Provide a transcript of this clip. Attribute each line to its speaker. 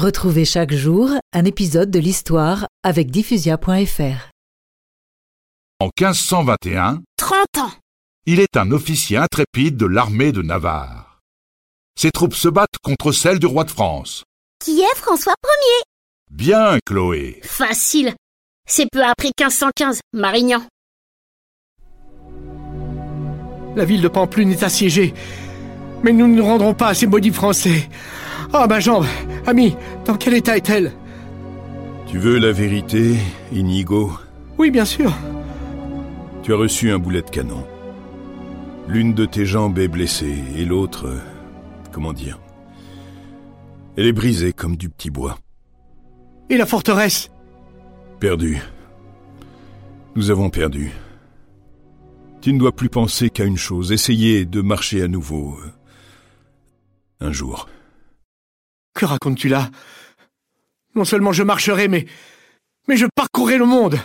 Speaker 1: Retrouvez chaque jour un épisode de l'histoire avec diffusia.fr.
Speaker 2: En 1521,
Speaker 3: 30 ans.
Speaker 2: il est un officier intrépide de l'armée de Navarre. Ses troupes se battent contre celles du roi de France.
Speaker 3: Qui est François
Speaker 2: Bien, Chloé.
Speaker 3: Ier Facile. C'est peu après 1515, Marignan.
Speaker 4: La ville de Pamplune est assiégée. Mais nous ne nous rendrons pas à ces maudits Français. Ah, ma jambe Ami, dans quel état est-elle
Speaker 5: Tu veux la vérité, Inigo
Speaker 4: Oui, bien sûr.
Speaker 5: Tu as reçu un boulet de canon. L'une de tes jambes est blessée et l'autre... euh, comment dire Elle est brisée comme du petit bois.
Speaker 4: Et la forteresse
Speaker 5: Perdue. Nous avons perdu. Tu ne dois plus penser qu'à une chose, essayer de marcher à nouveau. euh, Un jour.
Speaker 4: Que racontes-tu là Non seulement je marcherai, mais... Mais je parcourrai le monde